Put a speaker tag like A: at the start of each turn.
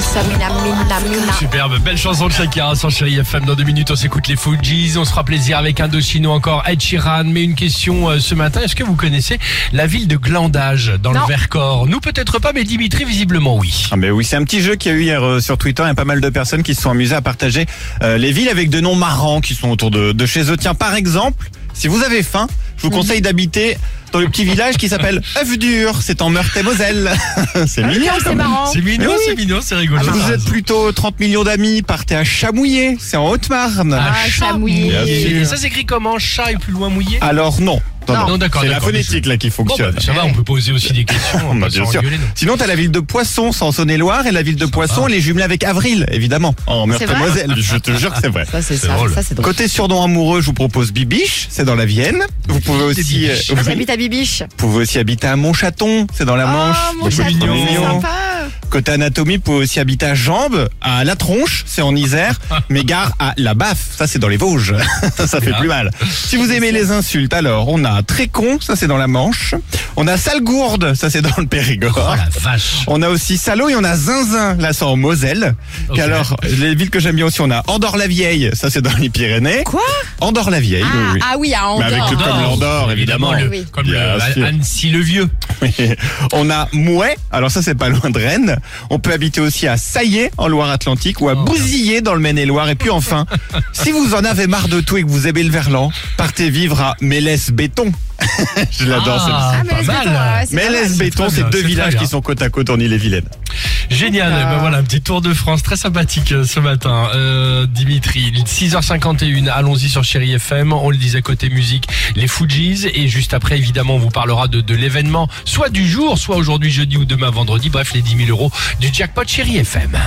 A: Samina, Mina,
B: Ah.
A: Mina.
C: Superbe, belle chanson de Shakira sur Chéri FM. Dans deux minutes, on s'écoute les Fujis, on se fera plaisir avec un Indochino encore, Ed Sheeran. Mais une question euh, ce matin, est-ce que vous connaissez la ville de Glandage dans le
A: Non.
C: Vercors Nous peut-être pas, mais Dimitri visiblement oui.
B: Ah mais oui, c'est un petit jeu qu'il y a eu hier euh, sur Twitter. Il y a pas mal de personnes qui se sont amusées à partager euh, les villes avec de noms marrants qui sont autour de, de chez eux. Tiens, par exemple, si vous avez faim, je vous conseille d'habiter dans le petit village qui s'appelle œuf dur. C'est en Meurthe-et-Moselle. c'est mignon.
A: C'est marrant.
C: C'est mignon,
B: Mais oui.
C: c'est mignon, c'est rigolo.
B: Si
C: T'as
B: vous êtes
C: raison.
B: plutôt 30 millions d'amis, partez à Chamouillé. C'est en Haute-Marne.
C: Ah,
A: chat
C: chat
A: mouillé.
C: mouillé.
B: Bien sûr.
C: Ça s'écrit comment Chat et plus loin mouillé
B: Alors non.
C: Non, d'accord,
B: C'est la
C: d'accord,
B: phonétique là qui
C: Bon,
B: fonctionne.
C: bah, ça va, on peut poser aussi des questions. on va
B: Bah,
C: pas
B: bien sûr.
C: s'engueuler, non
B: Sinon, t'as la ville de Poisson, en Saône-et-Loire, et la ville de Poisson, elle est jumelée avec Avril, évidemment, en
A: C'est vrai
B: Meurthe-et-Moselle. Je te jure que c'est vrai.
A: Ça, c'est
C: C'est
A: ça.
C: drôle.
A: Ça, c'est drôle.
B: Côté surnom amoureux, je vous propose Bibiche, c'est dans la Vienne. Vous pouvez aussi,
C: Bibiche.
B: euh,
A: Ah,
B: oui,
A: J'habite à Bibiche.
B: vous pouvez aussi habiter à Montchaton, c'est dans la Manche.
A: Oh, mon
B: Beaucoup
A: chat,
B: de
C: mignon.
A: c'est
B: mignons.
A: sympa.
B: Côté anatomie, vous pouvez aussi habiter à Jambes, à La Tronche, c'est en Isère, mais gare à La Baffe, ça c'est dans les Vosges, ça fait
C: bien.
B: plus mal. Si vous aimez les insultes, alors on a Trécon, ça c'est dans la Manche, on a Salgourde, ça c'est dans le
C: Oh
B: Périgord.
C: la vache
B: On a aussi Salo et on a Zinzin, là c'est en Moselle.
C: Ok.
B: Puis alors, les villes que j'aime bien aussi, on a Andorre-la-Vieille, ça c'est dans les Pyrénées.
A: Quoi
B: Andorre-la-Vieille, oui,
A: ah,
B: oui.
A: ah oui, à Andorre.
B: avec le- comme l'Andorre, évidemment.
C: le-
A: Oui.
C: Comme le-
B: Bien sûr.
C: Annecy le vieux.
B: On a Mouet, alors ça c'est pas loin de Rennes. On peut habiter aussi à Saillé en Loire-Atlantique ou à
C: Oh.
B: Bouzillé dans le Maine-et-Loire. Et puis enfin, si vous en avez marre de tout et que vous aimez le Verlan, partez vivre à Mélès-Béton. Je l'adore
C: Ah,
A: Ah,
B: celle-ci.
A: mais laisse
C: Pas
A: béton,
C: mal.
A: ouais, c'est pas mal.
C: C'est
B: Mélès-Béton,
C: très
B: c'est
C: bien,
B: deux
C: c'est très
B: villages
C: bien.
B: qui sont côte à côte en Ille-et-Vilaine.
C: Génial,
A: Ah.
C: ben voilà un petit tour de France très sympathique euh, ce matin. Euh, Dimitri, il est 6h51, allons-y sur Chéri FM, on le disait côté musique, les Fujis et juste après évidemment on vous parlera de, de l'événement, soit du jour, soit aujourd'hui jeudi ou demain vendredi, bref les 10 000 euros du jackpot Chéri FM.